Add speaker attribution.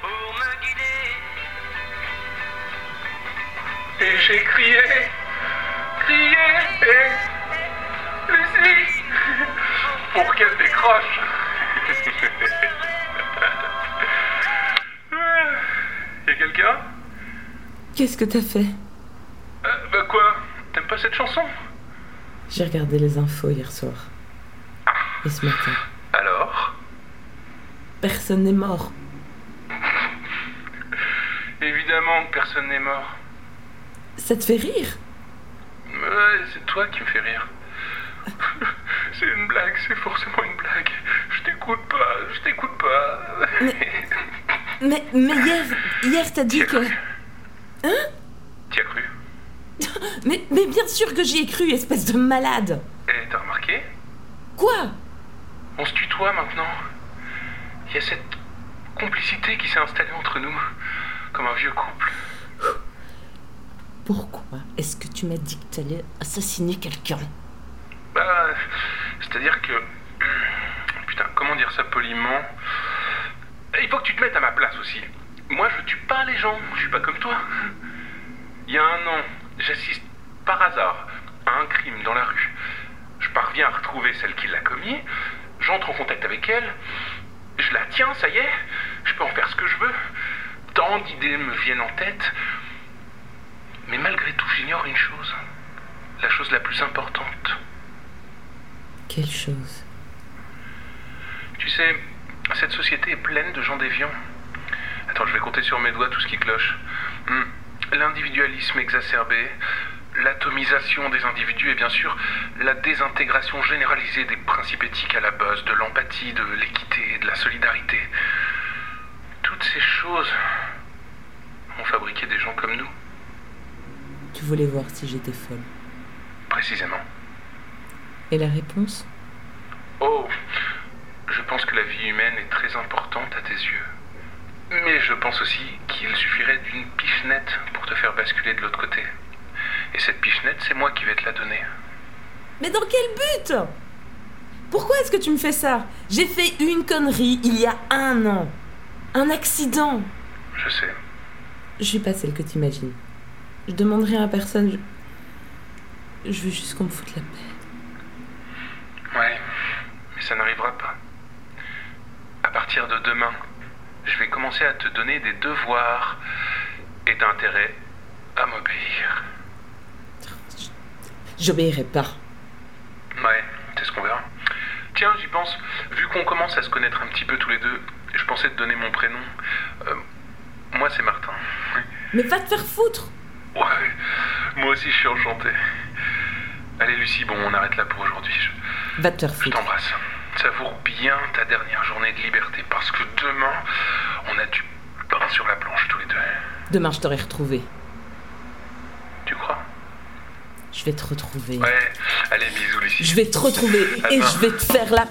Speaker 1: pour me guider. Et j'ai crié, crié, Lucie, pour qu'elle décroche. Y'a quelqu'un
Speaker 2: Qu'est-ce que t'as fait
Speaker 1: Euh, Bah quoi T'aimes pas cette chanson
Speaker 2: J'ai regardé les infos hier soir. Et ce matin.
Speaker 1: Alors
Speaker 2: Personne n'est mort.
Speaker 1: Évidemment que personne n'est mort.
Speaker 2: Ça te fait rire
Speaker 1: Ouais, c'est toi qui me fais rire. c'est une blague, c'est forcément une blague. Je t'écoute pas, je t'écoute pas.
Speaker 2: Mais, mais hier, hier t'as dit que...
Speaker 1: T'y as cru
Speaker 2: Mais, mais bien sûr que j'y ai cru, espèce de malade
Speaker 1: Eh, t'as remarqué
Speaker 2: Quoi
Speaker 1: On se tutoie maintenant. Il y a cette complicité qui s'est installée entre nous, comme un vieux couple.
Speaker 2: Pourquoi est-ce que tu m'as dit que t'allais assassiner quelqu'un
Speaker 1: Bah, c'est-à-dire que. Putain, comment dire ça poliment Eh, Il faut que tu te mettes à ma place aussi. Moi, je tue pas les gens, je suis pas comme toi. Il y a un an, j'assiste par hasard à un crime dans la rue. Je parviens à retrouver celle qui l'a commis, j'entre en contact avec elle, je la tiens, ça y est, je peux en faire ce que je veux. Tant d'idées me viennent en tête. Mais malgré tout, j'ignore une chose. La chose la plus importante.
Speaker 2: Quelle chose
Speaker 1: Tu sais, cette société est pleine de gens déviants. Attends, je vais compter sur mes doigts tout ce qui cloche. Hmm. L'individualisme exacerbé, l'atomisation des individus et bien sûr la désintégration généralisée des principes éthiques à la base de l'empathie, de l'équité, de la solidarité. Toutes ces choses ont fabriqué des gens comme nous,
Speaker 2: Tu voulais voir si j'étais folle.
Speaker 1: précisément.
Speaker 2: Et la réponse
Speaker 1: Oh, je pense que la vie humaine est très importante à tes yeux. Mais je pense aussi qu'il suffirait d'une pichenette pour te faire basculer de l'autre côté. Et cette pichenette, c'est moi qui vais te la donner.
Speaker 2: Mais dans quel but Pourquoi est-ce que tu me fais ça J'ai fait une connerie il y a un an. Un accident.
Speaker 1: Je sais.
Speaker 2: Je suis pas celle que t'imagines. Je demande rien à personne. Je, je veux juste qu'on me foute la paix.
Speaker 1: Ouais, mais ça n'arrivera pas. À partir de demain, je vais commencer à te donner des devoirs et d'intérêt à m'obéir.
Speaker 2: J'obéirai pas.
Speaker 1: Ouais, c'est ce qu'on verra. Tiens, j'y pense, vu qu'on commence à se connaître un petit peu tous les deux, je pensais te donner mon prénom. Euh, moi, c'est Martin.
Speaker 2: Mais va te faire foutre
Speaker 1: Ouais, moi aussi, je suis enchanté. Allez, Lucie, bon, on arrête là pour aujourd'hui. Je,
Speaker 2: Va te faire
Speaker 1: je t'embrasse. Savoure bien ta dernière journée de liberté, parce que demain, on a du pain sur la planche tous les deux.
Speaker 2: Demain, je t'aurai retrouvé.
Speaker 1: Tu crois
Speaker 2: Je vais te retrouver.
Speaker 1: Ouais, allez, bisous, Lucie.
Speaker 2: Je vais te retrouver
Speaker 1: À
Speaker 2: et
Speaker 1: demain.
Speaker 2: je vais te faire la...